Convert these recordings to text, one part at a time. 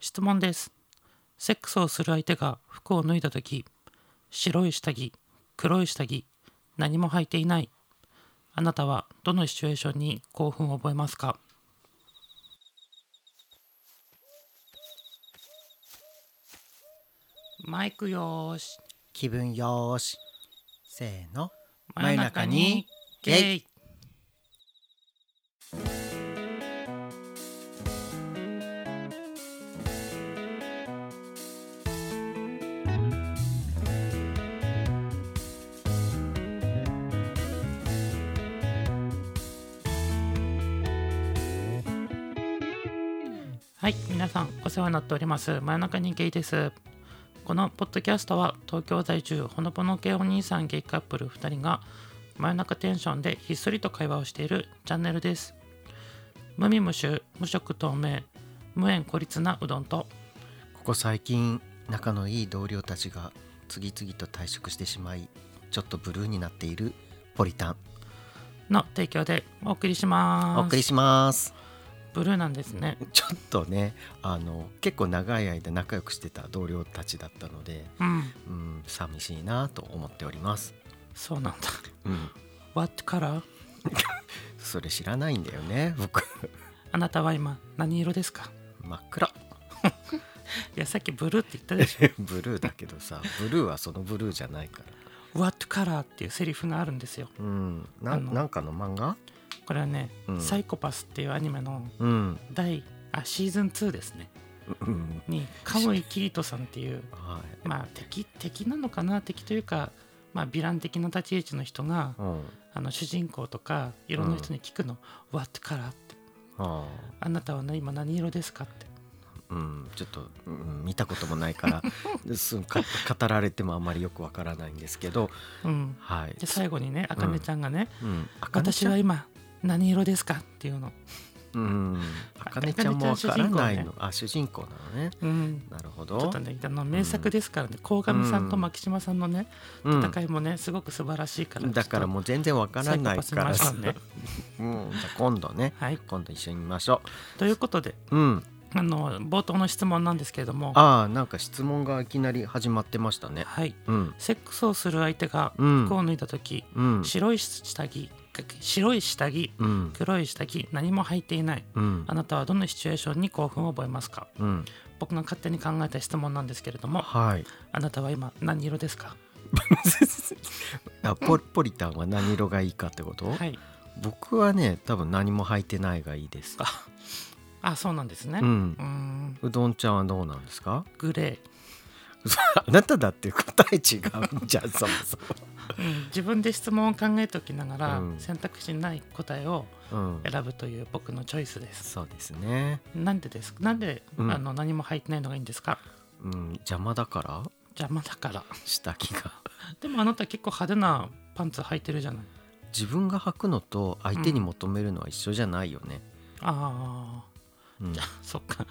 質問ですセックスをする相手が服を脱いだ時白い下着黒い下着何も履いていないあなたはどのシチュエーションに興奮を覚えますかマイクよーし気分よーしせーの真真夜夜中中ににゲゲイはい皆さんお世話になっております真夜中にゲイですこのポッドキャストは東京在住ほのぼの系お兄さんゲイカップル2人が真夜中テンションでひっそりと会話をしているチャンネルです無味無臭無色透明無縁孤立なうどんとここ最近仲のいい同僚たちが次々と退職してしまいちょっとブルーになっているポリタンの提供でお送りしますお送りします ブルーなんですねちょっとねあの結構長い間仲良くしてた同僚たちだったのでうんうん寂しいなと思っておりますそうなんだうん、 What color? それ知らないんだよね僕 あなたは今何色ですか真っ暗 いやさっきブルーって言ったでしブルーだけどさブルーはそのブルーじゃないからょ What color? っていうセリフがあるんですようんなあのなんかの漫画これはね、うんサイコパスっていうアニメのうん第あシーズン2ですねうんに鴨井キリトさんっていうはいまあ敵敵なのかな敵というかまあヴィラン的な立ち位置の人がうんあの主人公とかいろんな人に聞くの「What color?」ってあ「あなたは、ね、今何色ですか?」ってーうん、ちょっと、うん、見たこともないから すか語られてもあんまりよくわからないんですけど、うんはい、で最後にねあかねちゃんがねうん、「あかね私ちゃんは今何色ですか?」っていうのうん、あかねちゃんもわからないの、あ主人公なのねうんなるほちょどっとねあの名作ですからね鴻上さんと牧島さんのねうん戦いもねすごく素晴らしいからだからもう全然わからないからサイさ、コパスマンションね うん、じゃあ今度ねはい今度一緒に見ましょということでううんあの冒頭の質問なんですけれどもああなんか質問がいきなり始まってましたねはいうんセックスをする相手がうん服を脱いだ時、うん白い下着白い下着うん黒い下着何も履いていないうんあなたはどのシチュエーションに興奮を覚えますかうん僕が勝手に考えた質問なんですけれどもはいあなたは今何色ですかあポポリタンは何色がいいかってこと、はい僕はね多分何も履いてないがいいですああそうなんですねううんーんうどんちゃんはどうなんですか グレあなただって答え違うんじゃんそもそー、うん自分で質問を考えておきながら、うん選択肢にない答えをも、うん、選ぶという僕のチョイスですそうですね、なんでですなんで、うんあの何も履いてないのがいいんですかうん、邪魔だから邪魔だから下着がでもあなた結構派手なパンツ履いてるじゃない。自分が履くのと相手に求めるのは一緒じゃないよね、あうんあ、そっか。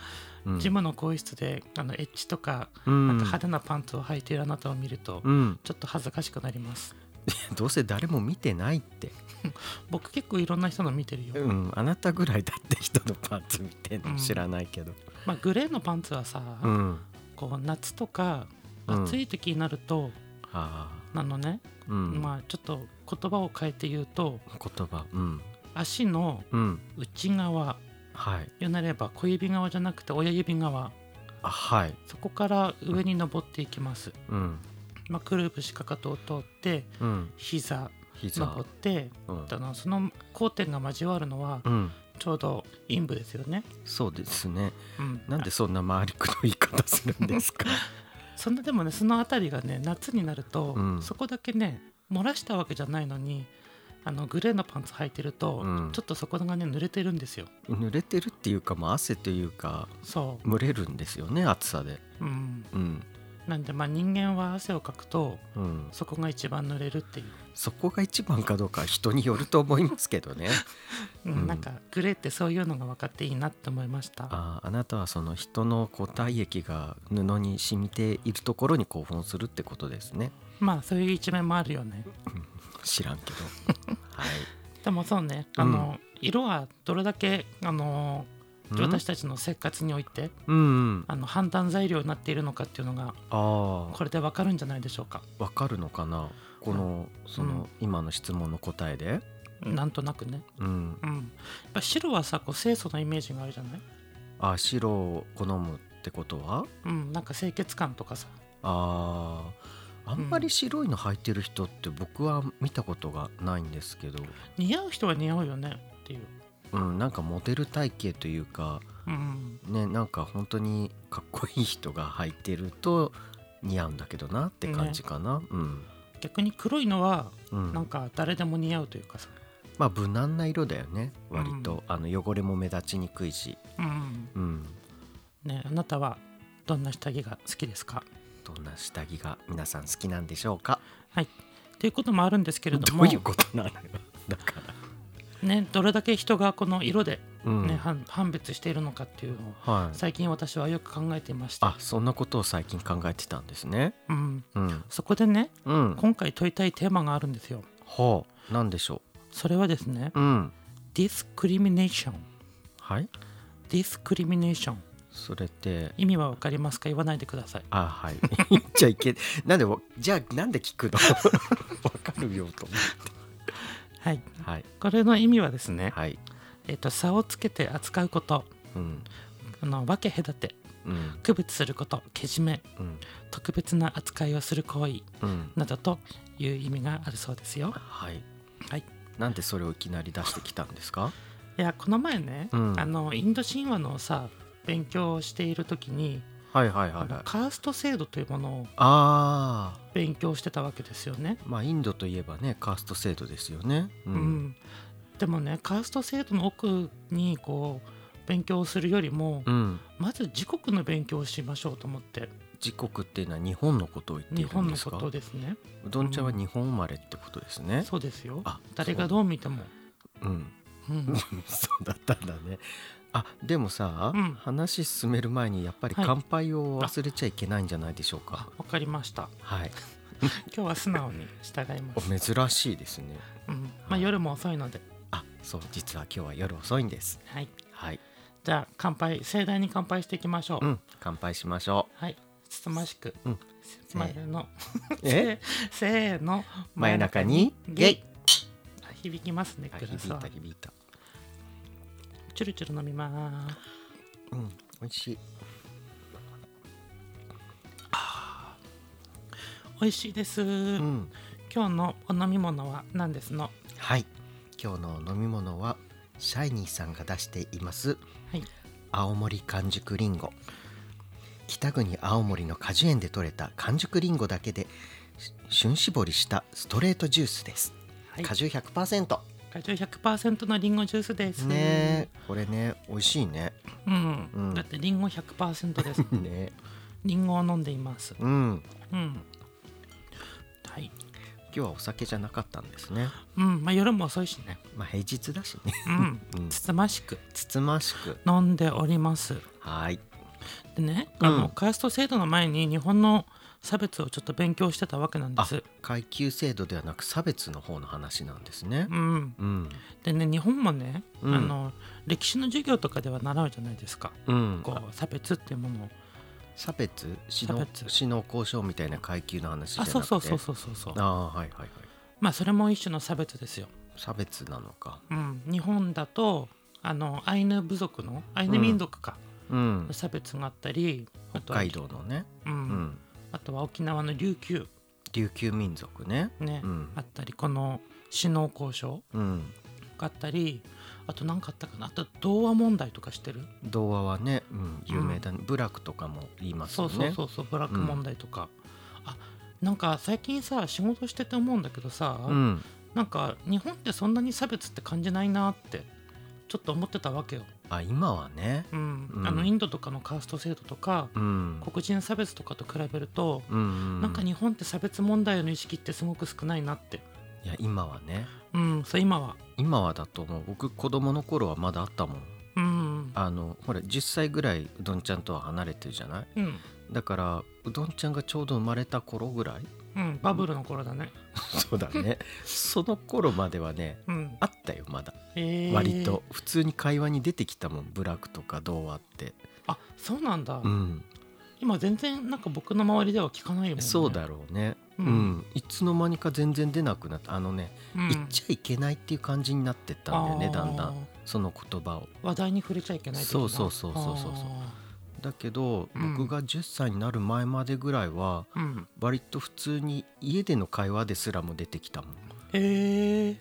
うんジムの更衣室であのエッチとかうんなんか派手なパンツを履いているあなたを見ると、うん、ちょっと恥ずかしくなります。どうせ誰も見てないって、僕結構いろんな人の見てるよ。うん、あなたぐらいだって人のパンツ見てんうんの知らないけど、まあグレーのパンツはさ、うん、こう夏とかうん暑い時になると、ああのね、あ、うんまあちょっと言葉を変えて言うと言葉うん足のうん内側はい言うなれば小指側じゃなくて親指側あはいそこから上に登っていきます。うんまあ、くるぶしかかとを通ってうん膝膝登ってうんあのその交点が交わるのはうんちょうど陰部ですよね、そうですねうん、なんでそんな回りくどい言い方するんです かあそんなでもねその辺りがね夏になると、うんそこだけね漏らしたわけじゃないのにあのグレーのパンツ履いてると、うんちょっとそこがね濡れてるんですよ濡れてるっていうかまあ汗というかそ蒸れるんですよね暑さでう、うん、うんなんでまあ人間は汗をかくとうんそこが一番濡れるっていう、そこが一番かどうかは人によると思いますけど ねうんうんなんかグレーってそういうのが分かっていいなって思いましたああなたはその人のこう体液が布に染みているところに興奮するってことですねまあそういう一面もあるよね知らんけど はいでもそうねうんあの、色はどれだけあのうん私たちの生活においてうんうんあの判断材料になっているのかっていうのがあこれでわかるんじゃないでしょうかあわかるのかなこのその、うん今の質問の答えでなんとなくね、うんうん、やっぱ白はさこう清楚なイメージがあるじゃない、あ白を好むってことはうん、なんか清潔感とかさあああんまり白いの履いてる人って僕は見たことがないんですけど、似合う人は似合うよねっていう、うん、なんかモデル体型というかうん、ねなんか本当にかっこいい人が履いてると似合うんだけどなって感じかな、うん、逆に黒いのはうんなんか誰でも似合うというかさ、まあ無難な色だよね割と、あの汚れも目立ちにくいし、うんうん、ね、あなたはどんな下着が好きですかどんな下着が皆さん好きなんでしょうかっていうこともあるんですけれどどもういうことなのよだから、ね、どれだけ人がこの色で、うんね判判別しているのかっていうのをはい、最近私はよく考えていましたあ、そんなことを最近考えてたんですねうん、うんそこでねうん今回問いたいテーマがあるんですよほうなんでしょそれはですねううん「discrimination」はい「discrimination それって」意味は分かりますか言わないでくださいあはい言っちゃいけなんでわじゃあなんで聞くの わかるよと思はいってはいこれの意味はですね、はいえっと差をつけて扱うことうんあの分け隔てうん区別することけじめうん特別な扱いをする行為うんなどという意味があるそうですよはいはいなんでそれをいきなり出してきたんですかいやこの前ね、うんあのインド神話のさ勉強をしている時に、はいはいはあいはのいカースト制度というものをあー勉強してたわけですよね。まあインドといえばねカースト制度ですよねううんでもねカースト制度の奥にこう勉強するよりも、うんまず自国の勉強をしましょうと思って自国っていうのは日本のことを言って日いるん本でのすこかとですね。うどんちゃんは日本生まれってことですねそうですよあ誰がどう見ても。うん うん、そうだったんだね。あでもさ、うん話進める前にやっぱりはい乾杯を忘れちゃいけないんじゃないでしょうかあ。わかりま したはい、今日は素直に従いまおす、珍しいですね。うんまあ、夜も遅いので、あそう実は今日は夜遅いんです。はい、はい、じゃあ乾杯盛大に乾杯していきましょう、うん、乾杯しま しょはいつつましく、うんせせーのう。え、せーの真夜中にゲイ。あ響きますねあグ響ラスいはた響いた。チュルチュル飲みますうん、美味しい。美味しいです、うん、今日のお飲み物は何ですのはい。今日の飲み物はシャイニーさんが出していますはい青森完熟りんご北国青森の果樹園で採れた完熟りんごだけでし旬搾りしたストレートジュースです、はい果汁100%果汁100%のリンゴジュースですねえこれね美味しいねうん、うんだってリンゴ100%です ねリンゴを飲んでいますうんうんはい今日はお酒じゃなかったんですねうんまあ夜も遅いしねまあ平日だしね うん、うんつつましくつつましく飲んでおりますはいでねあの、うんカースト制度の前に日本の差別をちょっと勉強してたわけなんであす階級制度ではなく差別の方の話なんですねうん、うんでね日本もね、うんあの歴史の授業とかでは習うじゃないですかうんこう差別っていうものを差別死の差別死の交渉みたいな階級の話じゃあなくてそうそうそうそうそうそうああーはいはいはいまあそれも一種の差別ですよ、差別なのかうん、日本だとあのアイヌ部族のアイヌ民族か、うん差別があったりあと北は海道のね、うんうん、あとは沖縄の琉球琉球民族ねね、うんあったりこの首脳交渉うんがあったりあと何かあったかなあと童話問題とかしてる、童話はね、うん、有名だね、部落とかも言いますそようねそうそうそうブラック問題とか、あなんか最近さ仕事してて思うんだけどさ、うん、なんか日本ってそんなに差別って感じないなってちょっと思ってたわけよ、あ今はねうんうんあのインドとかのカースト制度とかうん黒人差別とかと比べると、うんなんか日本って差別問題への意識ってすごく少ないなって、いや今はねうん、そう今は、今はだと思う僕子供の頃はまだあったもんうんあのほら10歳ぐらいうどんちゃんとは離れてるじゃないうん、だからうどんちゃんがちょうど生まれた頃ぐらいうんバブルの頃だねそうだねその頃まではねうんあったよまだえー割と普通に会話に出てきたもんブラックとか童話ってあそうなんだ、うん今全然なんか僕の周りでは聞かないもんねそう、だろうねううんん、いつの間にか全然出なくなったあのね、うん言っちゃいけないっていう感じになってったんだよねだんだあんその言葉をー話題に触れちゃいけないってことだそうそうそうそうそうそうあだけど、うん僕が10歳になる前までぐらいはーうん割と普通に家での会話ですらも出てきたもんえー、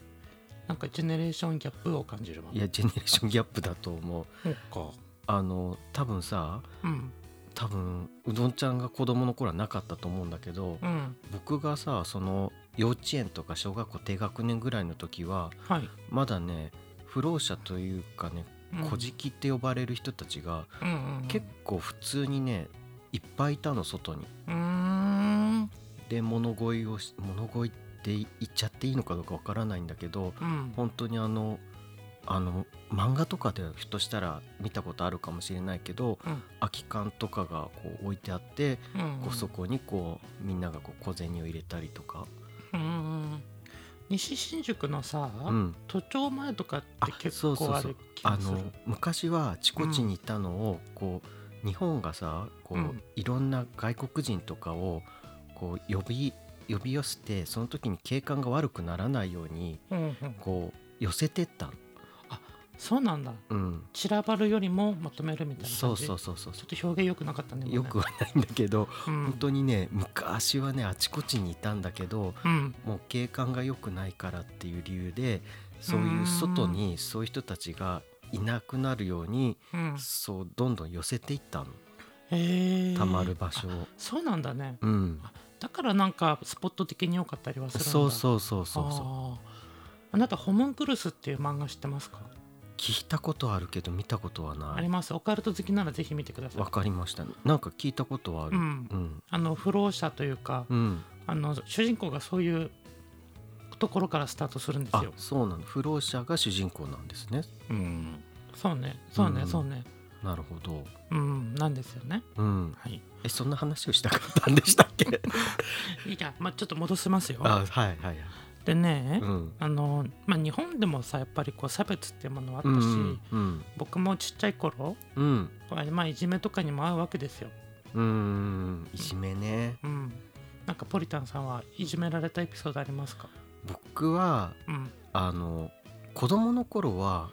なんかジェネレーションギャップを感じるわいやジェネレーションギャップだと思うそうかあの多分さうん多分うどんちゃんが子供の頃はなかったと思うんだけどうん僕がさその幼稚園とか小学校低学年ぐらいの時ははい、まだね不老者というかねうん「小敷」って呼ばれる人たちがうんうんうん結構普通にねいっぱいいたの外に。うーんで物乞いをし物乞いって言っちゃっていいのかどうかわからないんだけどうん本当にあのあの漫画とかでひょっとしたら見たことあるかもしれないけどうん空き缶とかがこう置いてあってうんこうそこにこうみんながこう小銭を入れたりとか、うんうんうん西新宿のさ、うん、都庁前とかって結あそうそ構うあそうる気あがするの昔はあちこちにいたのをこう日本がさこう、うんいろんな外国人とかをこう呼び呼び寄せてその時に景観が悪くならないようにうんうんこう寄せてったの、そうなんだうん、散らばるよりもまとめるみたいな感じそうそうそうそうちょそっと表現良くなかったね今うねよくはないんだけど、うん本当にね昔はねあちこちにいたんだけどうんもう景観が良くないからっていう理由でそういう外にそういう人たちがいなくなるようにうんそうどんどん寄せていったのへえたまる場所を。そうなんだねうん、だからなんかスポット的に良かったりはするんだそううそうそうそうそうあーあなた「ホムンクルス」っていう漫画知ってますか聞いたことあるけど見たことはあなりいますオカルト好きならぜひ見てくださいわかりましたなんか聞いたことはあうるんうんあの不老者というか、うんあの主人公がそういうところからスタートするんですあよ。そうなの不老者が主人公なんですねうん、そうねそうね、うんそうねなるほどうんなんですよね。うんはい、えそんな話をしたかったんでしたっけいや、まあ、ちょっと戻しますよ。 あはいはいはいでね、うんあのまあ、日本でもさやっぱりこう差別っていうものはあったうし、んうん僕もちっちゃい頃うんこれ、まあ、いじめとかにも合うわけですよ。うんいじめねうん、なんかポリタンさんはいじめられたエピソードありますか、僕はうんあの子供の頃は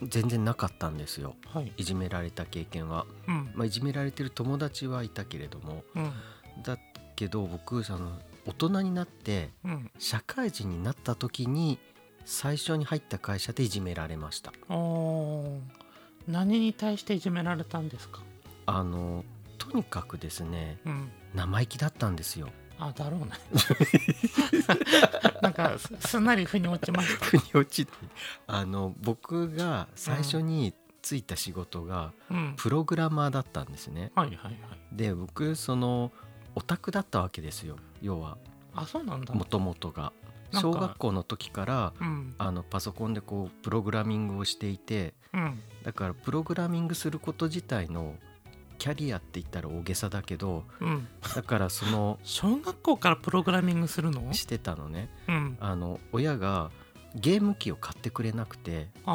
全然なかったんですよはいいじめられた経験はうんまあ、いじめられてる友達はいたけれどもうんだけど僕その大人になってうん、社会人になった時に最初に入った会社でいじめられましたおー何に対していじめられたんですか、あのとにかくですねうん生意気だったんですよあだろうね なんかすすんなり腑に落ちました腑に落ちてあの僕が最初に就いた仕事がうんプログラマーだったんですねはいはいはいで僕そのオタクだったわけですよ要はあそうなんだもともとがなんか小学校の時からうんあのパソコンでこうプログラミングをしていてうんだからプログラミングすること自体のキャリアって言ったら大げさだけどうんだからそ の小学校からプログラミングするのしてたのねうんああの親がゲーム機を買ってくれなくてあ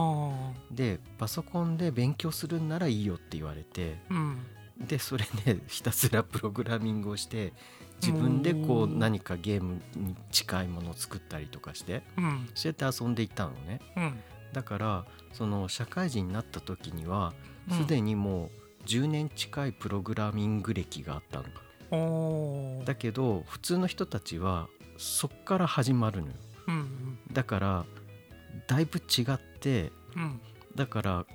ーでパソコンで勉強するんならいいよって言われてうんでそれで ひたすらプログラミングをして自分でうこうん何かゲームに近いものを作ったりとかしてうんそうやって遊んでいたのねうんだからその社会人になった時にはうんすでにもう10年近いプログラミング歴があったのおーだけど普通の人たちはそっから始まるのようんだからだいぶ違ってうんうんだから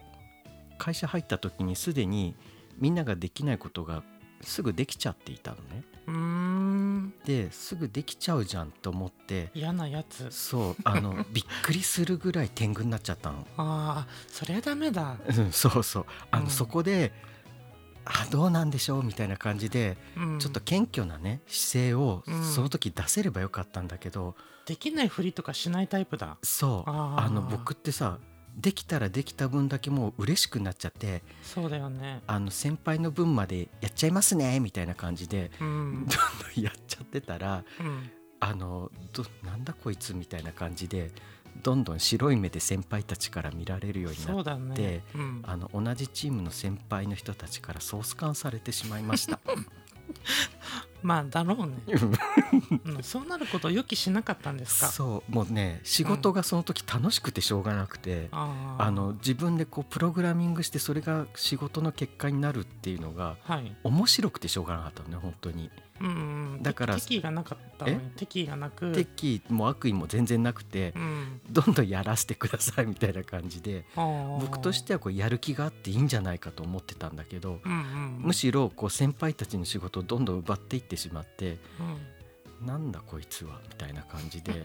会社入った時にすでにみんなができないことがすぐできちゃっていたのねうーんですぐできちゃうじゃんと思って嫌なやつ そうあのびっくりするぐらい天狗になっちゃったのああそれはダメだ、うんそうそうあの、うんそこであどうなんでしょうみたいな感じでうん、ちょっと謙虚なね姿勢をうんその時出せればよかったんだけど、できないふりとかしないタイプだそうああーの僕ってさできたらできた分だけもう嬉しくなっちゃってそうだよねあの先輩の分までやっちゃいますねみたいな感 じでうんどんどんやっちゃってたら うんあのどなんだこいつみたいな感じでどんどん白い目で先輩たちから見られるようにそなうってだねうんあの同じチームの先輩の人たちからソース感されてしまいました。まあだろうねうんそうなることを予期しなかったんですかそうもうね仕事がその時楽しくてしょうがなくて、あーあの自分でこうプログラミングしてそれが仕事の結果になるっていうのがはい面白くてしょうがなかったのね本当に。うんうんだから敵意がなかったのに敵意がなく敵意も悪意も全然なくてうんどんどんやらせてくださいみたいな感じであー僕としてはこうやる気があっていいんじゃないかと思ってたんだけどうんうんむしろこう先輩たちの仕事をどんどん奪っていってしまってうんなんだこいつはみたいな感じ で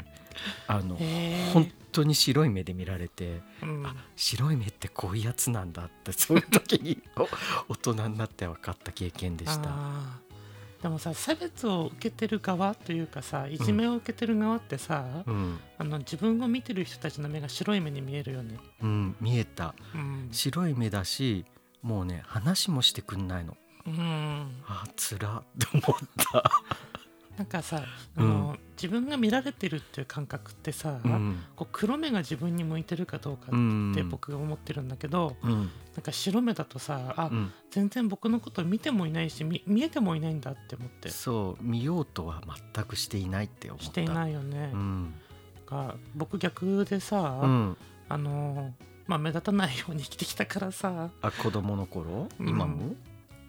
あのへー本当に白い目で見られて。うんあ白い目ってこういうやつなんだって そういう時にお大人になって分かった経験でした。あーでもさ差別を受けてる側というかさいじめを受けてる側ってさ、うん、あの自分を見てる人たちの目が白い目に見えるよね。うん、見えたうん、白い目だしもうね話もしてくんないのうんあつらって思った、なんかさあの、自分が見られてるっていう感覚ってさ、うんこう黒目が自分に向いてるかどうかうんって僕が思ってるんだけど、うんなんか白目だとさあ、うん、全然僕のこと見てもいないしみ見えてもいないんだって思ってそう見ようとは全くしていないって思った、していないいよね。うんなんか僕逆でさ、うん、あのーまあ目立たないように生きてきたからさあ子供の頃うん今も、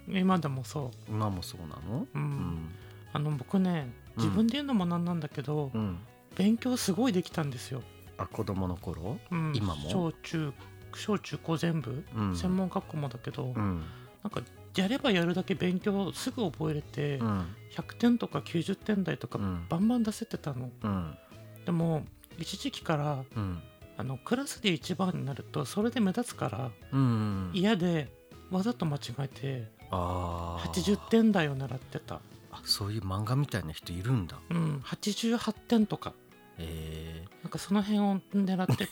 今でもそ今もそうなのう、うんうんあの僕ね自分で言うのもなんなんだけど、うん勉強すごいできたんですよ、あ子供の頃うん、今も小中小中高全部、うん専門学校もだけど、うんなんかやればやるだけ勉強すぐ覚えれて、うん100点とか90点台とかうんバンバン出せてたの、うんでも一時期からうんあのクラスで一番になるとそれで目立つからうん嫌でわざと間違えてあー80点台を狙ってた、あそういう漫画みたいな人いるんだうん、88点とかえなんかその辺を狙って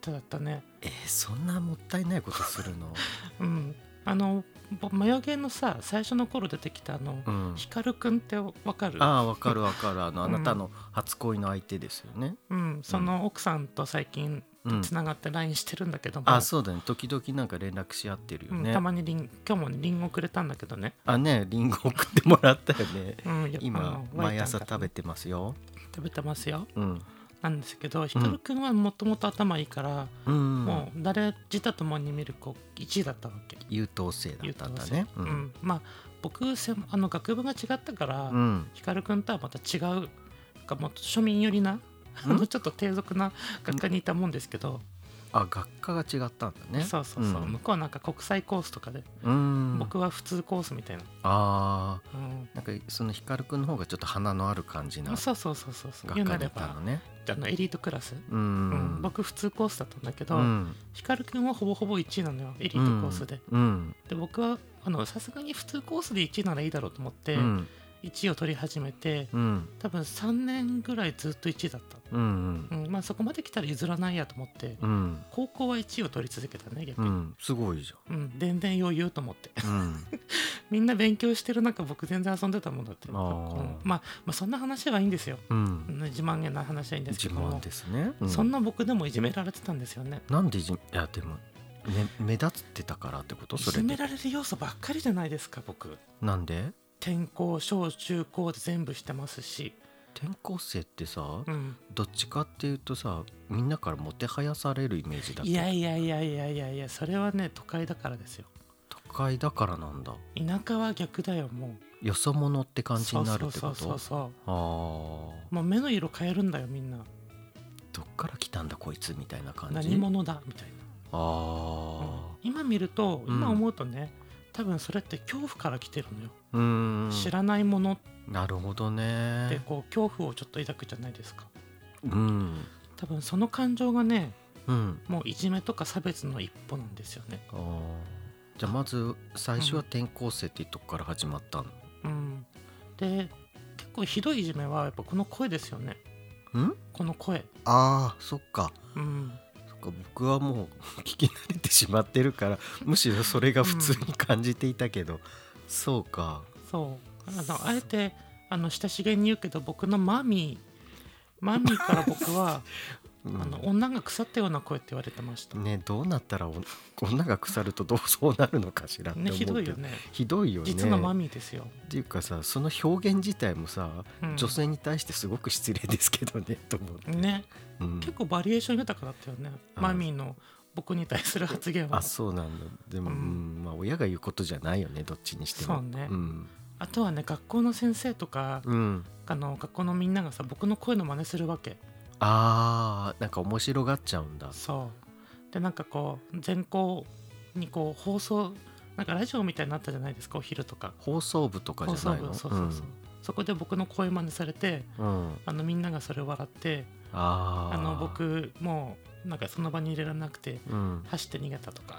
ただった ねー、えーそんなもったいないことす るのうんあのぼマヤゲのさ最初の頃出てきたあの、うんヒカルくんってわかるああわかるわかるあのあうんなたの初恋の相手ですよね、うん、その奥さんと最近うん、つながって LINE してるんだけども、あそうだね時々なんか連絡し合ってるようんね、たまにリン今日もリンゴくれたんだけどね、あねリンゴ送ってもらったよねうん、やあ今のワイ毎ちゃん朝から食べてますよ食べてますようん、なんですけどヒカルくんはもともと頭いいから、うん、もう誰自他ともに見る子1位だったわけ優等生だ言っったたんんだだねね、ううんん、まあ僕せんあの学部が違ったから、うん光くんとはまた違うなんかもっと庶民寄りなあのちょっと低俗な学科にいたもんですけど、あ学科が違ったんだねそうそうそう、向んこうはなんか国際コースとかで、うん、僕は普通コースみたいな、あーうんなんかその光くんの方がちょっと鼻のある感じなそうそうそうそうそう言学うなれ科にいたばのねあのエリートクラス、ううんん僕普通コースだったんだけうど、ん光くんはほぼほぼ1位なのよエリートコースで、うんで僕はあのさすがに普通コースで1位ならいいだろうと思って、うん1位を取り始めて、うん多分3年ぐらいずっと1位だっうんた、うんうんまあ、そこまで来たら譲らないやと思って、うん高校は1位を取り続けたね逆うに、んすごいじうん全然余裕と思って ゃんうんみんな勉強してる中僕全然遊んでたもんだってあーうんまあ、まあそんな話 はいいんですよ、うんうん自慢げな話はいいんです自けども慢ですね、うそんな僕でもいじめられてたんですよねなんでじいやでも、ね、目立ってたからってこといそじれめでられる要素ばっかりじゃないですか僕なんで転校小中高で全部してますし、転校生ってさうん、どっちかっていうとさみんなからもてはやされるイメージだけいどやいやいやいやいやいやそれはね都会だからですよ都会だからなんだ田舎は逆だよもうよそ者って感じになるってそこうそうそうとそあーうもう目の色変えるんだよみんなどっから来たんだこいつみたいな感じ何者だみたいなあ今見るとうん今思うとね、多分それって恐怖から来てるのよ、あうん知らないものっなるほてどねこう恐怖をちょっと抱くじゃないですかうん多分その感情がねうんもういじめとか差別の一歩なんですよねあーじゃあまず最初は転校生っていうとこから始まったのうんで結構ひどいいじめはやっぱこの声ですよねうんこの声あーそっかうんそっか僕はもう 聞き慣れてしまってるからむしろそれが普通に感じていたけど、そうかそうあのあえてあの親しげに言うけど僕のマミーマミーから僕 はうんあの女が腐ったような声って言われてましたねねどうなったらお女が腐るとどうそうなるのかしらって思うひけど、どいよねひどいよね実のマミーですよ、っていうかさその表現自体もさ、うん女性に対してすごく失礼ですけどね と思って、ねうん結構バリエーション豊かだったよね、うんマミーの僕に対する発言はあそうなんだでも、うんうんまあ、親が言うことじゃないよねどっちにしてもそうねんあとはね学校の先生とか、うん、あの学校のみんながさ僕の声の真似するわけあーなんか面白がっちゃうんだそうでなんかこう全校にこう放送なんかラジオみたいになったじゃないですかお昼とか放送部とか放じ送ゃない部のそうそうそう、そこで僕の声真似されてうんうん、あのみんながそれを笑ってああーの、僕もうなんかその場に入れられなくてうん、走って逃げたとか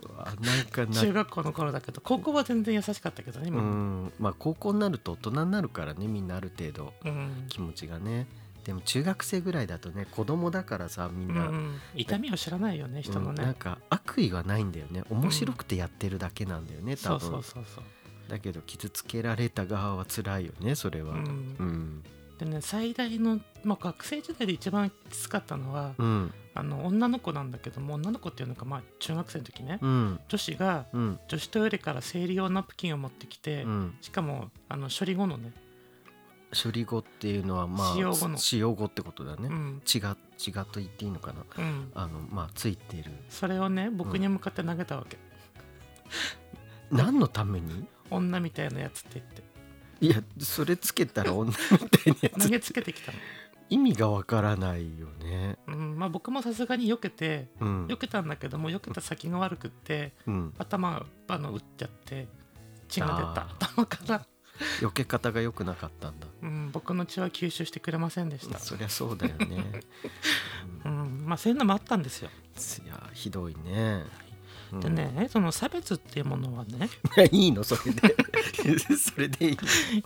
うわなんかな中学校の頃だけど高校は全然優しかったけどねう今もんまあ高校になると大人になるからねみんなある程度うん気持ちがねでも中学生ぐらいだとね子供だからさみんうな、ん痛みを知らないよね人のうんなんね、か悪意はないんだよね面白くてやってるだけなんだよね、そ多う分そうそうそうだけど傷つけられた側は辛いよねそれはううんんでね最大の、まあ、学生時代で一番きつかったのは、うんあの女の子なんだけども女の子っていうのかまあ中学生の時ね、うん女子がうん女子トイレから生理用ナプキンを持ってきて、うんしかもあの処理後のね、処理後っていうのはまあ使用後の使用後ってことだうねん血が血がと言っていいのかなうん、あのまあついてるそれをね僕に向かって投げたわけ、何のために女みたいなやつって言っていやそれつけたら女みたいなや投つげつけてきたの、意味がわからないよねうんまあ、僕もさすがに避けてうん避けたんだけども避けた先が悪くってうん頭あの打っちゃって血が出たあ頭から、避け方が良くなかったんだうん、僕の血は吸収してくれませんでした、そりゃそうだよねうんうん、まあそういうのもあったんですよいやひどいね。うんで、ね、その差別っていうものはねいいのそれで それでいい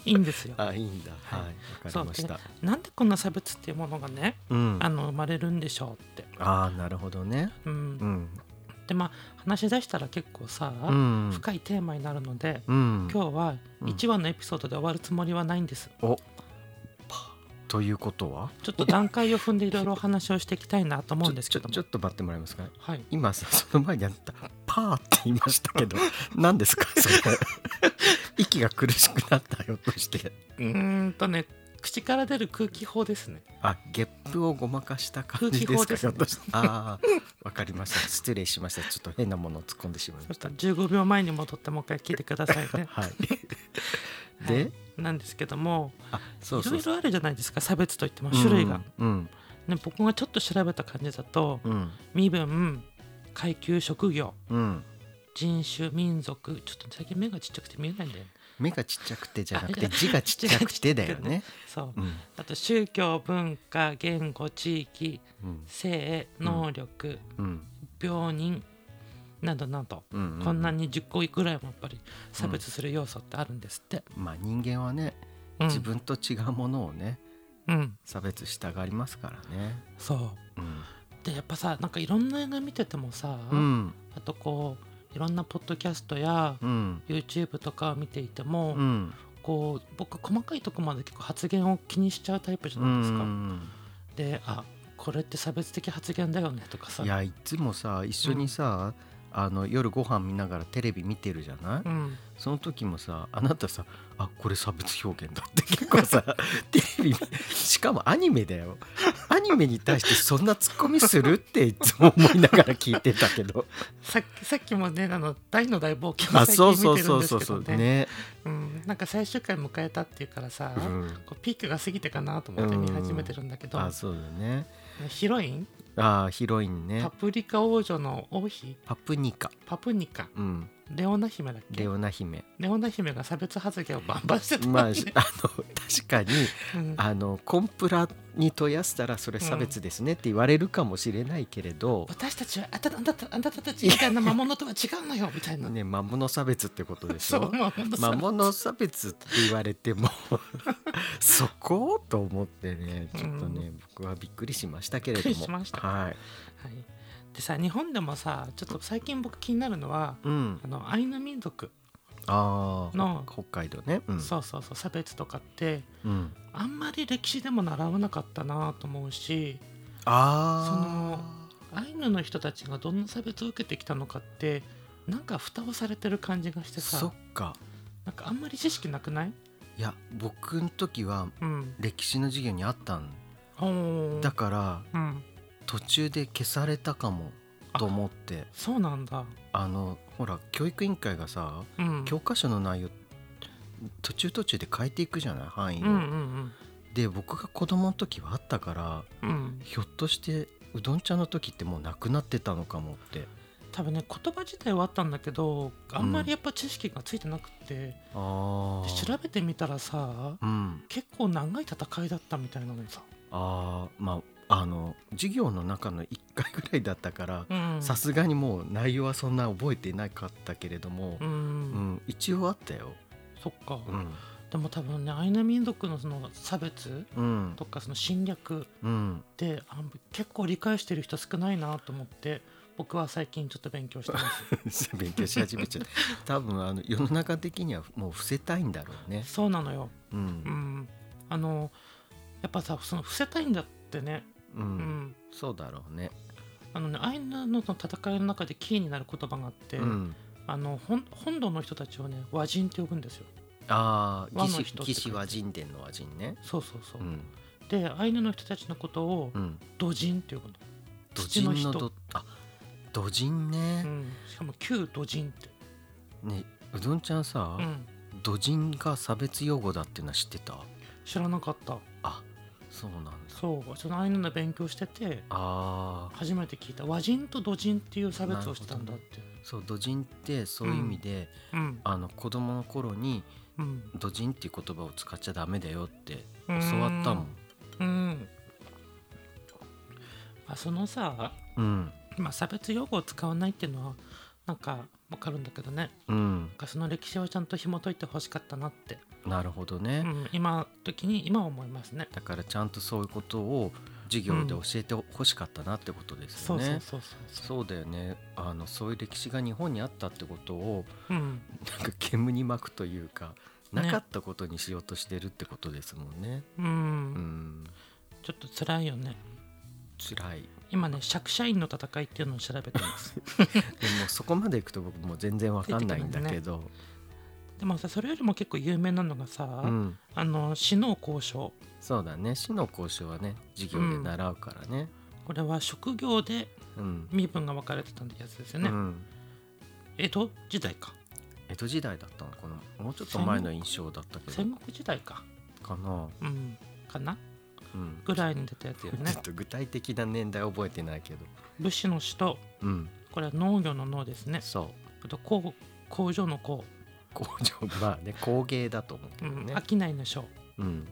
いいんですよ。 あいいんだはいわ、かりました。なんでこんな差別っていうものがねうんあの生まれるんでしょうって。あーなるほどね。うんうんでまあ話し出したら結構さ、うん深いテーマになるので、うん今日はうん1話のエピソードで終わるつもりはないんです。おパということはちょっと段階を踏んでいろいろお話をしていきたいなと思うんですけどもちょちょちょ。っと待ってもらえますか。はい、今さその前にあったパーって言いましたけど何ですか それ息が苦しくなったよとしてうーんとね口から出る空気砲ですね。あゲップをごまかした感じです空気砲かですねひょっとしてああわかりました失礼しましたちょっと変なものを突っ込んでしまいそまししたたら15秒前に戻ってもう一回聞いてくださいね。は いはいで、なんですけどもあいそうそろういそうろあるじゃないですか差別といっても種類が。うんね、僕がちょっと調べた感じだとうん身分階級職業うん人種民族ちょっと最近目がちっちゃくて見えないんだよね目がちっちゃくてじゃなくて字がちっちゃくてだよねそううんあと宗教文化言語地域うん性能力、うん病人などなど、うんうんこんなに10個ぐらいもやっぱり差別する要素ってあるんですって、まあ人間はねうん自分と違うものをねうん差別したがりますからねそううんでやっぱさなんかいろんな映画見ててもさ、うんあとこういろんなポッドキャストやうん YouTube とかを見ていても、うんこう僕細かいとこまで結構発言を気にしちゃうタイプじゃうないですか。んであこれって差別的発言だよねとかさ。いやいつもさ一緒にさ、あの夜ご飯見ながらテレビ見てるじゃない、うん、その時もさあなたさ「あこれ差別表現だ」って 結構さテレビしかもアニメだよアニメに対してそんなツッコミするっていつも思いながら聞いてたけどさっきさっきもねあの大の大冒険あを 最近そう見てそうるそんうですそけうそどうねね、うん、なんか最終回迎えたっていうからさ、うん、こうピークが過ぎてかなと思って見始めてるんだけど、あそうだねヒロインあヒロインねパプリカ王女の王妃パプニカ、パプニカうん、レオナ姫だっけレオナ姫レオナ姫が差別発言をバンバンしてた まああんので確かにうんあのコンプラに問やしたらそれ差別ですねって言われるかもしれないけれど、私たちはあたあなたあなたたちみたいな魔物とは違うのよみたいな。ね魔物差別ってことでしそょう魔物さ魔物差別って言われても そこと思ってねちょっとね、僕はびっくりしましたけれどびっくりしもましたはいはい、でさ日本でもさちょっと最近僕気になるのはうんあのアイヌ民族、ああの北海道ねうんそうそうそう差別とかってうんあんまり歴史でも習わなかったなと思うしああアイヌの人たちがどんな差別を受けてきたのかってなんか蓋をされてる感じがしてそさっかなんかあんまり知識なくないいや僕の時はうん歴史の授業にあったんおーだからうん途中で消されたかもと思ってそうなんだあのほら教育委員会がさうん教科書の内容途中途中で変えていくじゃない範囲うを、んうんで僕が子供の時はあったからうんうんひょっとしてうどんちゃんの時ってもうなくなってたのかもって多分ね言葉自体はあったんだけどあんまりやっぱ知識がついてなくって、あでー調べてみたらさうん結構長い戦いだったみたいなのにさ、あーまああの授業の中の1回ぐらいだったからうんさすがにもう内容はそんな覚えていなかったけれどもう、ん、うん一応あったよ。そっか、うんでも多分ねアイヌ民族のその差別うんとかその侵略うん、ってあ結構理解してる人少ないなと思って僕は最近ちょっと勉強してます 勉強し始めちゃった多分あの世の中的にはもう伏せたいんだろうね。そうなのよううんんあのやっぱさその伏せたいんだってねううん、ん、そうだろうね。あのねアイヌのその戦いの中でキーになる言葉があって、うん、あの本本土の人たちをね和人って呼ぶんですよああ和の義士人って義士和人伝の和人ね。そうそうそう、うんでアイヌの人たちのことをうん、土人って呼ぶの土土の人人のどあ土人ねう、ん、しかも旧土人って、ねうどんちゃんさ、うん、土人が差別用語だっていうのは知ってた知らなかったあそうなんだそうそのアイヌの勉強しててあー初めて聞いた和人と土人っていう差別をしてたんだって、そう土人ってそういう意味で、うんあの子供の頃にうん土人っていう言葉を使っちゃダメだよってう教んわったもんうんあそのさうんまあ差別用語を使わないっていうのはなんかわかるんだけどねうんなんかその歴史をちゃんと紐解いてほしかったなって、なるほどうね、ん、今時に今思いますねだからちゃんとそういうことを授業で教えてほしかったなってことですそようね、そうそうそうそうだよねあのそういう歴史が日本にあったってことをそう、うん、なんか煙に巻くというかねなかったことにしようとしてるってことですもんね。うんうんちょっと辛いよね辛い今ね釈迦院の戦いっていうのを調べてますでもそこまでいくと僕もう全然わかんないんだけど、でもさそれよりも結構有名なのがさ、うん、あの死の交渉そうだね死の交渉はね授業で習うからね。これは職業でうん身分が分かれてたやつですようね、ん、江戸時代か江戸時代だったのかなもうちょっと前の印象だったけど戦国時代かかな、うんかなうん、ぐらいに出たやつちよょねっと具体的な年代覚えてないけど、武士の死とうん、これは農業の農ですねそうあと工工場の工、工場 まあね工芸だと思うけうどんね、商いの商うん、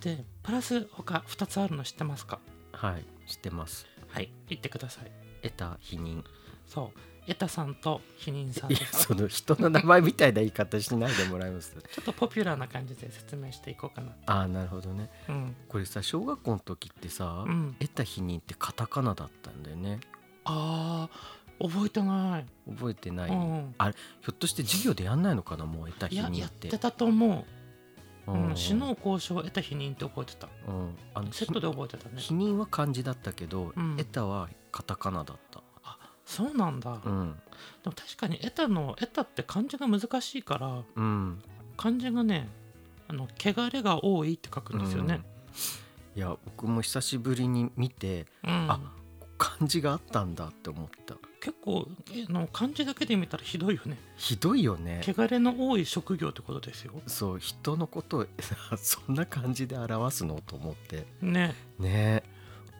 でプラス他2つあるの知ってますかはい知ってますはい言ってください得た否認そうエタさんとヒニンさんいでやすその人の名前みたいな言い方しないでもらえます ちょっとポピュラーな感じで説明していこうかなああなるほどねうん、これさ小学校の時ってさ、うん、得た否認ってカタカナだったんだよねあー覚えてない、覚えてない、ひうんょっとして授業でやんないのかなもう得たい否や認やっっててたと思う、ううんん、死の交渉を得た否認って覚えてたうんあのセットで覚えてたね否認は漢字だったけど、うん得たはカタカナだったそうなんだ、うでんも確かに得たの得たって漢字が難しいからうん漢字がねあの汚れが多いって書くんですよね、うんいや僕も久しぶりに見てうんあ漢字があったんだって思った結構えあの漢字だけで見たらひどいよねひどいよね汚れの多い職業ってことですよそう人のことを そんな感じで表すのと思ってねね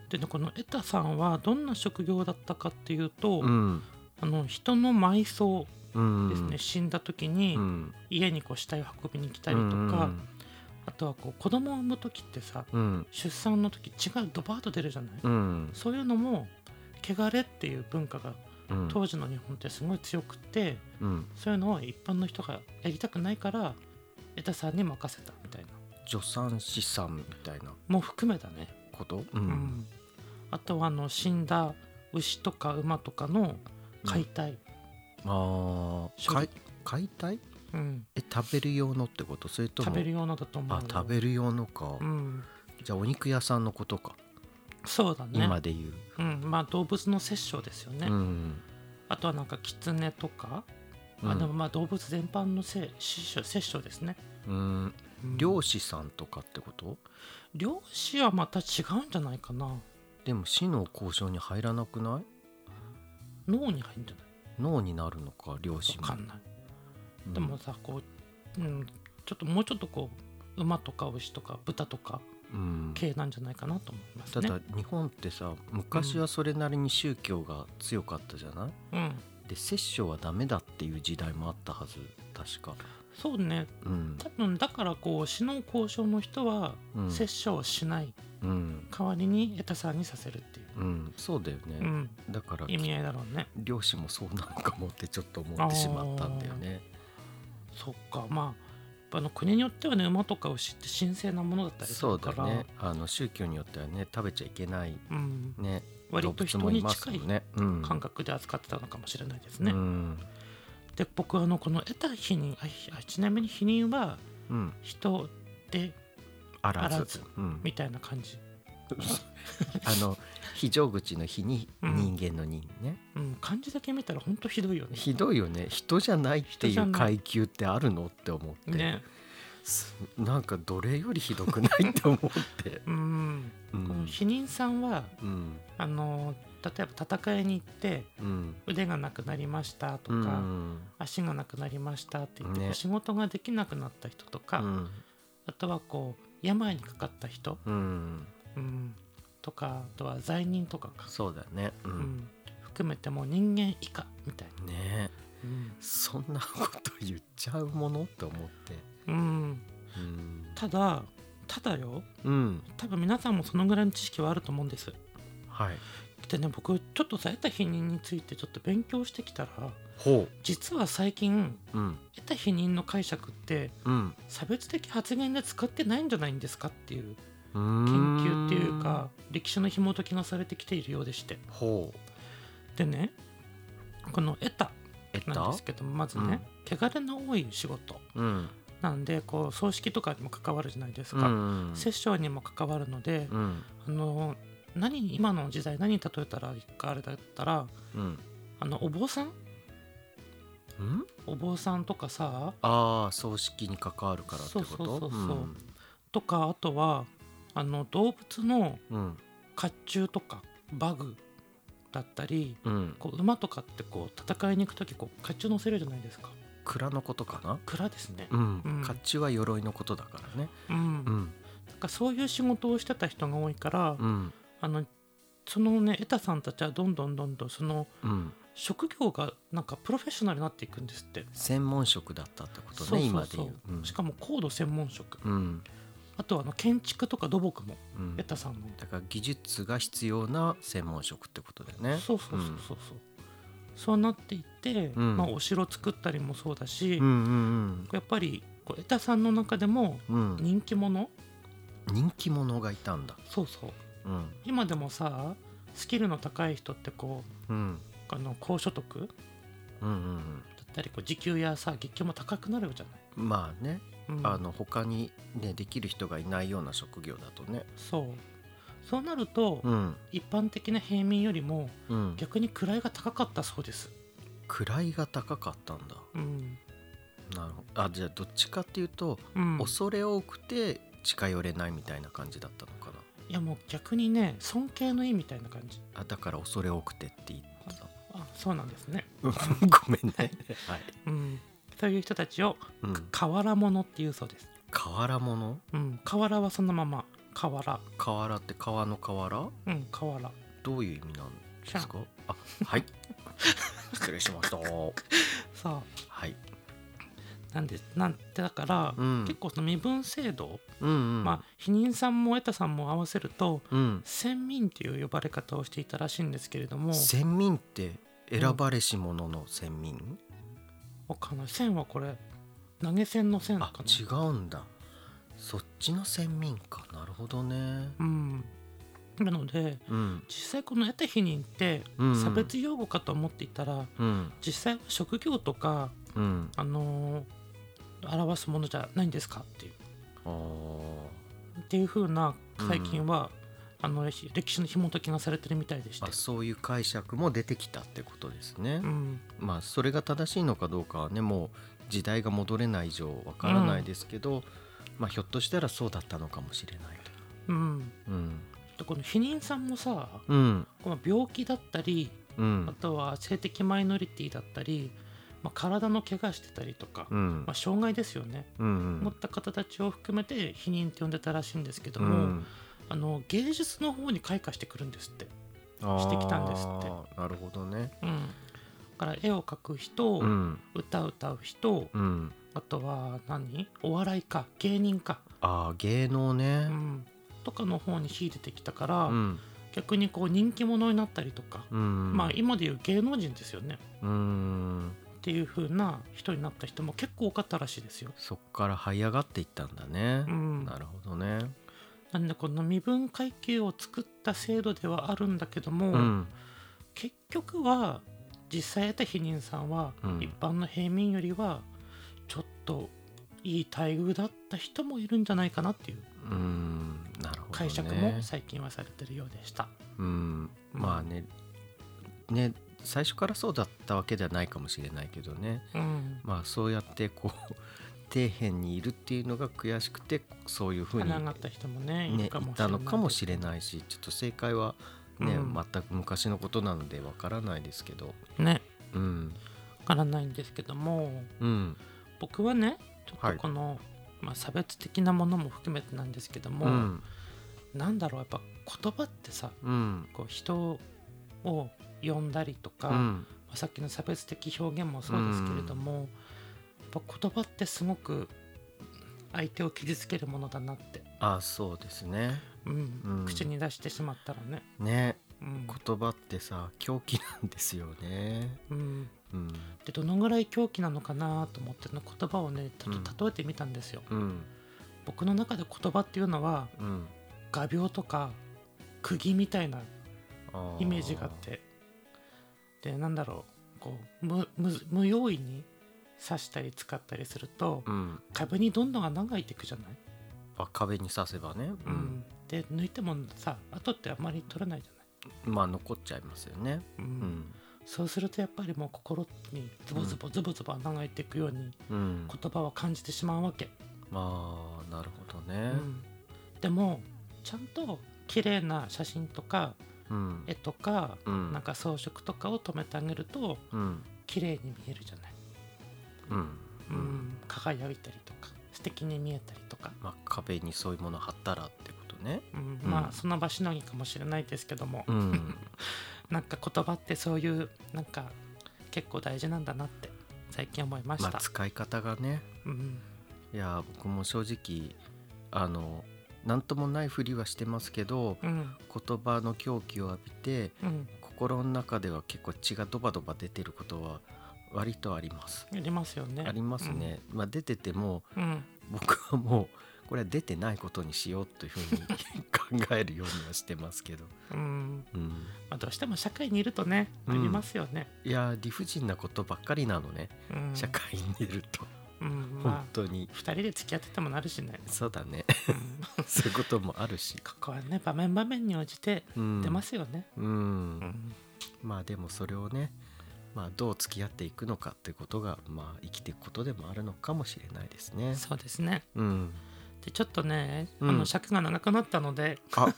でねこのエタさんはどんな職業だったかっていうと、うんあの人の埋葬うんですね、死んだ時にうん家にこう死体を運びに来たりとか、あとはこう子供を産む時ってさうん出産の時血がドバーッと出るじゃない、うんそういうのも汚れっていう文化がうん当時の日本ってすごい強くって、うんそういうのを一般の人がやりたくないからエタさんに任せたみたいな助産師さんみたいなもう含めたね、こと、う、うんあとはあの死んだ牛とか馬とかの解体、ああ処理解体うんえ食べる用のってことそれとも食べる用のだと思うあ食べる用のか、うんじゃあお肉屋さんのことか、そうだね今で言う、うん、まあ動物の殺生ですよね、うんあとはなんかキツネとか、うんあでもまあ動物全般のせ殺生殺生ですね、うんうん漁師さんとかってこと漁師はまた違うんじゃないかなでも死の交渉に入らなくない脳に入るんじゃない脳になるのか漁師わもかんない、うんでもさこう、うん、ちょっともうちょっとこう馬とか牛とか豚とかうん系なんじゃないかなと思いますたねだ日本ってさ昔はそれなりに宗教が強かったじゃない、うんで殺生はダメだっていう時代もあったはず確かそうねうん多分だからこう死の交渉の人はうん殺生をしないうん、代わりにエタさんにさせるっていう、うん、そうだよね、うん、だから意味合いだろうね漁師もそうなのかもってちょっと思ってしまったんだよねそっかまああの国によってはね馬とか牛って神聖なものだったりすそるうだからねあの宗教によってはね食べちゃいけないうん、ね動割と物人もいにます近もいんねうん感覚で扱ってたのかもしれないですね、うんで僕はあのこの得た否認あひあちなみに否認はうん人であらずあらずうん、みたいな感じ、あの非常口の日にうん人間の人ね、うん、漢字だけ見たらほんとひどいよねひどいよね人じゃないって人いじゃうない階級ってあるのって思って、ねすなんか奴隷よりひどくないって 思って、うん、うこのん否認さんはうんあの例えば戦いに行ってうん腕がなくなりましたとうか、ん足がなくなりましたって言って、ねこう仕事ができなくなった人とか、うんあとはこう病にかかった人、うんうん、とかあとは罪人とかか、そうだねう、うんん、含めてもう人間以下みたいな、ねえうんそんなこと言っちゃうものって思ってうんうん、ただただようん、多分皆さんもそのぐらいの知識はあると思うんですはいでね僕ちょっとさ得た否認についてちょっと勉強してきたらほ実は最近ううん得た否認の解釈ってうん差別的発言で使ってないんじゃないんですかっていう研研究っていうか歴史の紐解きがされてきているようでしてほうでねこの「得た得」たなんですけどまずね、汚れの多い仕事うんなんでこう葬式とかにも関わるじゃないですうか、ん殺生にも関わるので、うんあの何に今の時代何に例えたらいいかあれだったらうんあのお坊さんうんお坊さんとかさああ葬式に関わるからってことそうそうそうそううんとかあとはあの動物のうん甲冑とかバグだったりうんこう馬とかってこう戦いに行く時こう甲冑乗せるじゃないですか蔵のことかな蔵ですねうんうん甲冑は鎧のことだからねうん、うなんんかそういう仕事をしてた人が多いから、うんあのそのねエタさんたちはどんどんどんどんそのうん職業がなんかプロフェッショナルになっていくんですって専門職だったってことそうそうねそう今で言ううんしかも高度専門職、うんあとはあの建築とか土木もうんエタさんの、だから技術が必要な専門職ってことだよねそうそうそうそうそうそうなっていって、うんまあ、お城作ったりもそうだし、うんうんやっぱりこうエタさんの中でもうんうん人気者人気者がいたんだ。そうそううん今でもさスキルの高い人ってこううんあの高所得うんうんだったりこう時給やさ月給も高くなるじゃない、うん。まあね、うんあの他にねできる人がいないような職業だとね。そうそうなると、うん一般的な平民よりもうん。逆に位が高かったそうです、位が高かったんだ。うんなるほど。あじゃあどっちかっていうと、うん、恐れ多くて近寄れないみたいな感じだったのかな。いやもう逆にね尊敬の意みたいな感じあだから恐れ多くてって言ってた。あそうなんですね、うん ごめんね。はい。うん、そういう人たちをうん。瓦物っていうそうです、瓦物？うん、瓦はそのまま瓦瓦って川の瓦？うん瓦どういう意味なんですか？あ はい。失礼しました。はさあい。なんでなんてだから、うん。結構その身分制度、うんうん、まあ否認さんもエタさんも合わせるとうん、先民っていう呼ばれ方をしていたらしいんですけれども先民って選ばれし者の先民、わかんない線はこれ投げ銭の線あかな違うんだそっちの先民かなるほどねうんなのでうん実際この「エタヒニン」ってうん差別用語かと思っていたら、うん実際は職業とか、うんあのー表すものじゃないんですかっていうあーっていう風な最近は、あのひ歴史の紐解きがされてるみたいでしてあ、そういう解釈も出てきたってことですねう。ん、まあそれが正しいのかどうかはねもう時代が戻れない以上わからないですけど、まあひょっとしたらそうだったのかもしれないと。うん、うんでこの避妊さんもさうんこの病気だったりうあんとは性的マイノリティだったり、まあ、体の怪我してたりとか、うんまあ、障害ですよね、うん持った方たちを含めて避妊って呼んでたらしいんですけどうも、んあの芸術の方に開花してくるんですって、してきたんですってなるほどね。うん、だから絵を描く人、うん歌歌う人、うん。あとは何お笑いか芸人か、ああ芸能ねう。ん、とかの方に秀でてきたから、うん逆にこう人気者になったりとか、うん。まあ今でいう芸能人ですよねうんっていう風な人になった人も結構多かったらしいですよ。そっから這い上がっていったんだねう。ん、なるほどね。なんでこの身分階級を作った制度ではあるんだけども、うん結局は実際得た避妊さんはうん一般の平民よりはちょっといい待遇だった人もいるんじゃないかなっていううんなるほどね。解釈も最近はされてるようでした。うん、まあねね最初からそうだったわけではないかもしれないけどねうん、まあそうやってこう 底辺にいるっていうのが悔しくてそういうふうに、花がねあった人もねいいるかもしれないたのかもれしれないしちょっと正解はね、うん全く昔のことなのでわからないですけどないねうんわからないんですけどもうん僕はねちょっはいとこの、まあ、差別的なものも含めてなんですけども、うんなんだろうやっぱ言葉ってさうんこう人を呼んだりとか、うまんあさっきの差別的表現もそうですけれども、やっぱ言葉ってすごく相手を傷つけるものだなって、ああそうですねうんうん口に出してしまったらね、ねうん言葉ってさ狂気なんですよねうんうんでどのぐらい狂気なのかなと思っての言葉をねちょっと例えてみたんですよ、うん僕の中で言葉っていうのはうん画鋲とか釘みたいなあイメージがあってでなんだろうこう無無無用意に刺したり使ったりするとうん壁にどんどん穴が開いていくじゃない、あ壁に刺せばね、ううんん、で抜いてもさ後ってあんまり取れないじゃない、まあ残っちゃいますよね、うんうんそうするとやっぱりもう心にズボズボズボズボ穴が開いていくようにうん、言葉は感じてしまうわけ、まあなるほどうね、ん、でもちゃんと綺麗な写真とかうん絵とかうんなんか装飾とかを止めてあげるとうん綺麗に見えるじゃない、うんううんん、輝いたりとか素敵に見えたりとか、まあ、壁にそういうもの貼ったらってことねうんうんまあその場しのぎかもしれないですけども、うん なんか言葉ってそういうなんか結構大事なんだなって最近思いましまた、あ使い方がねうんいや僕も正直あの何ともないふりはしてますけどうん言葉の狂気を浴びてうん心の中では結構血がドバドバ出てることは割とあります。ありますよねありますね。まあ出ててもうん、うん僕はもうこれは出てないことにしようというふうに考えるようにはしてますけど、うんうん、まあ、どうしても社会にいるとねあうんりますよね、いやー理不尽なことばっかりなのね、うん社会にいるとうんま本あ当に、 2人で付き合っててもなるしね、そうだねうん そういうこともあるし、ここはね場面場面に応じてうん、出ますよね、うんうんまあでもそれをねまあどう付き合っていくのかってことがまあ生きていくことでもあるのかもしれないですね。そうですねうん、でちょっとね、うんあの尺が長くなったので あ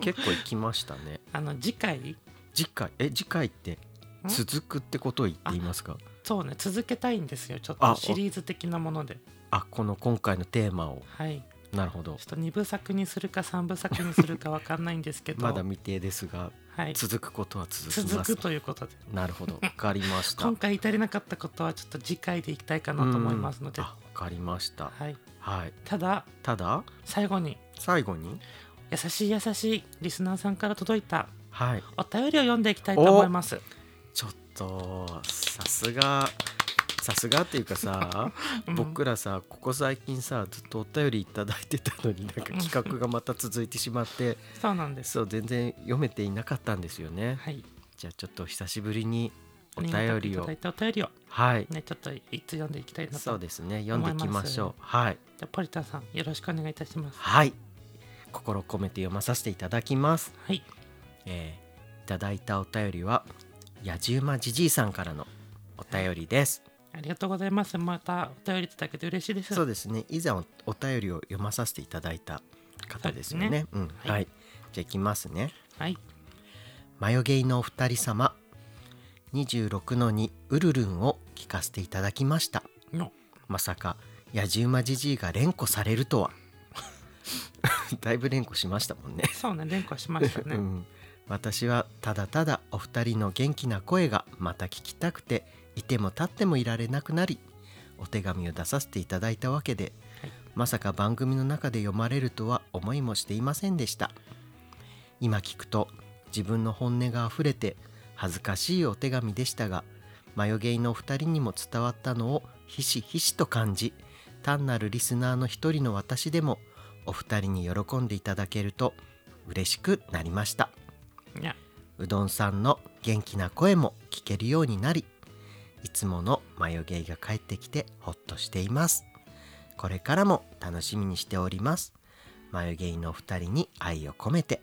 結構いきましたね。あの次回次回え次回って続くってことを言っていますかそうね続けたいんですよちょっあとおシリーズ的なものであこの今回のテーマをはいなるほちょどっと2部作にするか3部作にするかわかんないんですけどまだ未定ですがはい、続くことは続き続ますくということでなるほどわかりました 今回至れなかったことはちょっと次回でいきたいかなと思いますので、うんあわかりましたはい、はいただただ最後に最後に優しい優しいリスナーさんから届いたはいお便りを読んでいきたいと思いますちょっとさすがさすがっていうかさ、うん僕らさここ最近さずっとお便りいただいてた のになんか企画がまた続いてしまってそうなんですそう全然読めていなかったんですよねはいじゃあちょっと久しぶりにお便あがたくいりたをだいたお便りをはいねちょっといつ読んでいきたいなとそうですね読んでいきましょうはいじゃあポリタンさんよろしくお願いいたしますはい心を込めて読まさせていただきます、はいえーいただいたお便りはやじ馬じじいさんからのお便りですありがとうございますまたお便りいただけて嬉しい ですそうですね以前おお便りを読まさせていただいた方ですよねそうですうんはいはい、じゃあいきますねはいマヨゲイのお二人様26の2ウルルンを聞かせていただきましたのまさか野じ馬じじいが連呼されるとは だいぶ連呼しましたもんねそうね連呼しましたうねん、私はただただお二人の元気な声がまた聞きたくていても立ってもいられなくなりお手紙を出させていただいたわけで、はいまさか番組の中で読まれるとは思いもしていませんでした今聞くと自分の本音があふれて恥ずかしいお手紙でしたがマヨゲイのお二人にも伝わったのをひしひしと感じ単なるリスナーの一人の私でもお二人に喜んでいただけると嬉しくなりましたいやうどんさんの元気な声も聞けるようになりいつものマヨゲイが帰ってきてほっとしていますこれからも楽しみにしておりますマヨゲイのお二人に愛を込めて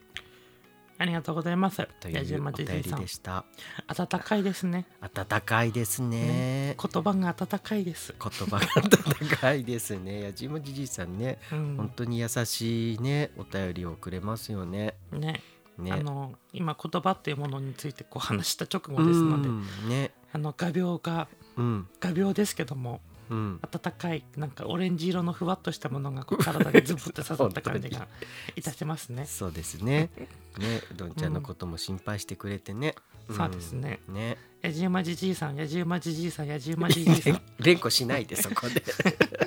ありがとうございますとい矢うお島じ便じいりさんでした温かいですね温かいですね言葉が温かいです言葉が温かいですねやじもじじいさんねうん本当に優しいねお便りをくれますよねねねあの今言葉っていうものについてこう話した直後ですのでうんねあの画鋲がうん画鋲ですけどもうん温かいなんかオレンジ色のふわっとしたものがこう体にズボッと刺さった感じが本いたしますね。そうですね。ね、うどんちゃんのことも心配してくれてね。んそうですね。ね、やじ馬じじいさんやじ馬じじいさんやじ馬じじいさ ん連呼しないでそこで。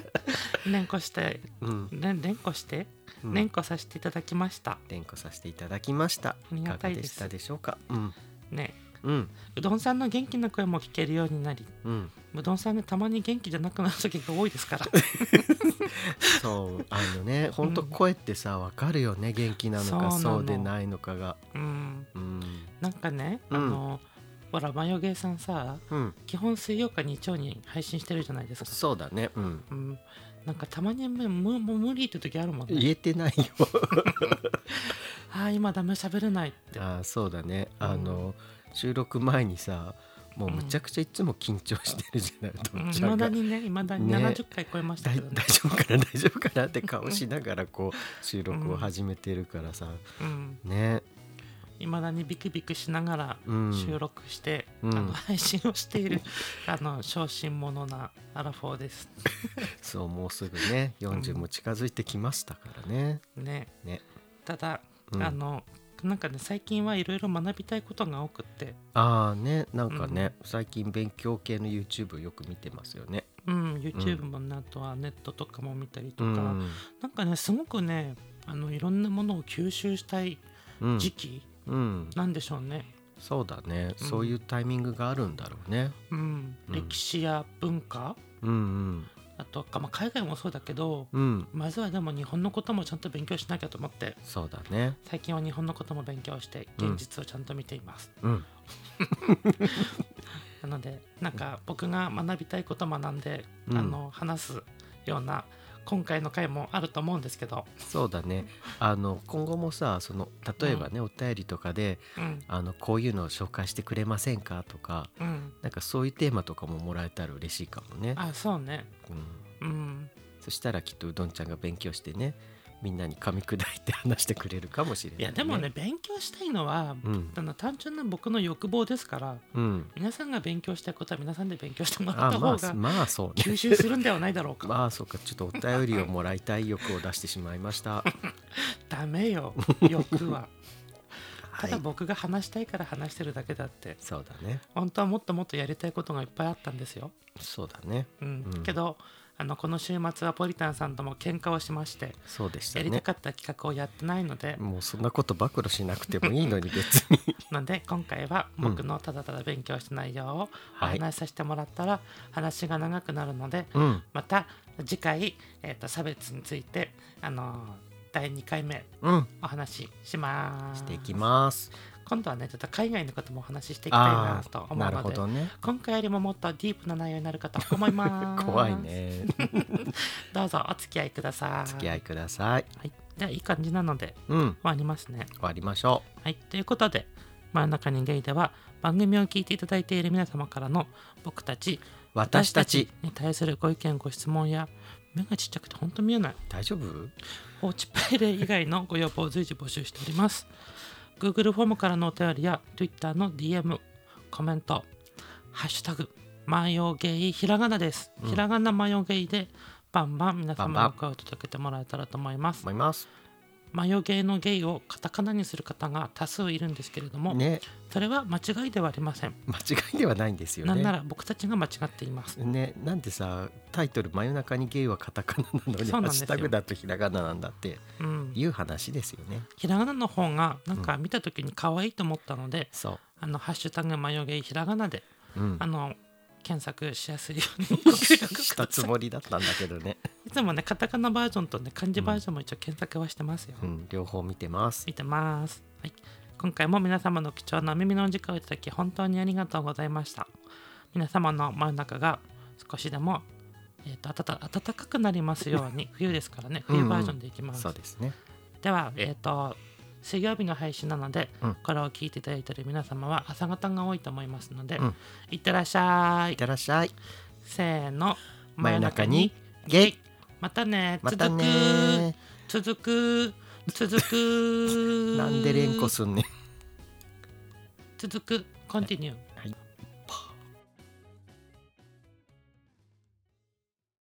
連呼してうん、れん連呼してうん連呼させていただきました。連呼させていただきました。ありがたいですかがでしたでしょうか。うん、ねうん、うどんさんの元気な声も聞けるようになりうん、うどんさんねたまに元気じゃなくなる時が多いです から。そう、あ のね、本当うん声ってさ、わかるよね、元気なのか、そうなのそうでないのかが。うんうん、なんかね、うんあのほらマヨゲーさんさうん、基本水曜か日曜に配信してるじゃないですか。そうだね。うん、うん、なんかたまにむむもう無理って時あるもん言ね。えてないよ。 ああ今ダメ喋れないって。あーそうだねあの、収録前にさもうむちゃくちゃいつも緊張してるじゃない、うどんんいちゃまんだが、にね、いまだにね70回超えましただけいどね大。 丈夫かな大丈夫かなって顔しながらこう収録を始めてるからさ、うんねいまだにビクビクしながらうん収録して、うんあの配信をしている、 あの、小心者なアラフォーです。そうもうすぐね40も近づいてきましたからね。ね。ねただ、うんあの、なんかね、最近はいろいろ学びたいことが多くって、ああねなんかね、最近勉強系の YouTube よく見てますよね。うん、YouTube もね、あとはネットとかも見たりとうか、んなんかね、すごくね、あの、いろんなものを吸収したいうん時期うん、なんでしょうね。そうだね、そういうタイミングがあるんだろうね。うん、うん歴史や文化うんあとか、まあ、海外もそうだけどうんうんまずはでも日本のこともちゃんと勉強しなきゃと思ってそうだね。最近は日本のことも勉強してうん現実をちゃんと見ています、うんなのでなんか僕が学びたいこと学んで、うんあの話すような今回の回もあると思うんですけど、そうだね。あの今後もさ、その例えばね、お便りとかで、うんあのこういうのを紹介してくれませんかとか、うん、なんかそういうテーマとかももらえたら嬉しいかもね。あそうねうん、うんそしたらきっとうどんちゃんが勉強してね、みんなに噛み砕いて話してくれるかもしれない、いやでもね。勉強したいのは、うん。あの単純な僕の欲望ですからうん。皆さんが勉強したいことは皆さんで勉強してもらっあたま方あがまあそうね。吸収するんではないだろうか。 まあそうかちょっとお便りをもらいたい欲を出してしまい ました。ダメよ欲ははただい。僕が話したいから話してるだけだってそうだね。本当はもっともっとやりたいことがいっぱいあったんですよ、そうだね。うんうんけどあのこの週末はポリタンさんとも喧嘩をしましてそうでしたやりたねかった企画をやってないので、もうそんなこと暴露しなくてもいいのに別 になので今回は僕のただただ勉強した内容をおはい話しさせてもらったら話が長くなるので、うんまた次回、えー、と差別について、あのー第2回目うんお話ししますしていきます今度はねちょっと海外のこともお話ししていきたいなと思あーうなるのほでどね今回よりももっとディープな内容になる かと思います怖いねどうぞお付き合いください付き合いくださいはい、じゃあいい感じなのでうん終わりますね終わりましょはい、ということで「真ん中にゲイ」では番組を聞いていただいている皆様からの僕たちう私たちに対するご意見ご質問や目がちっちゃくてほんと見えない大丈夫放置プレイ以外のご要望を随時募集しております Google フォームからのお便りや Twitter の DM コメント「ハッシュタグマヨゲイひらがな」です、うんひらがなマヨゲイでバンバン皆バンバ様ンの声を届けてもらえたらと思います思いますマヨゲイのゲイをカタカナにする方が多数いるんですけれども、ねそれは間違いではありません。間違いではないんですよなんなねら僕たちが間違っています。ねなんでさタイトル「真夜中にゲイはカタカナ」なのに「そうハなんッですシよュタグだとひらがな」なんだってうん、いう話ですよねひらがなの方がなんか見た時に可愛いと思ったので、そあのハッシュタグ眉毛ひらがなでう、うんあ、の検索しやすいよ うに したつもりだったんだけどね、いつもねカタカナバージョンとね漢字バージョンも一応検索はしてますよ。うん、両方見てます見てます。はい。今回も皆様の貴重なお耳のお時間をいただき本当にありがとうございました。皆様の真ん中が少しでも、えー、と暖か暖かくなりますよ うに冬ですからね冬バージョンでいきます。そうですねでは、えー、と水曜日の配信なので、うんこれを聞いていただいている皆様は朝方が多いと思いますので、うんいってらっしゃいっいてらっしゃいせーの真夜中にゲイまたねまた続く、ね続く続くなんで連呼すんねん続くコンティニュー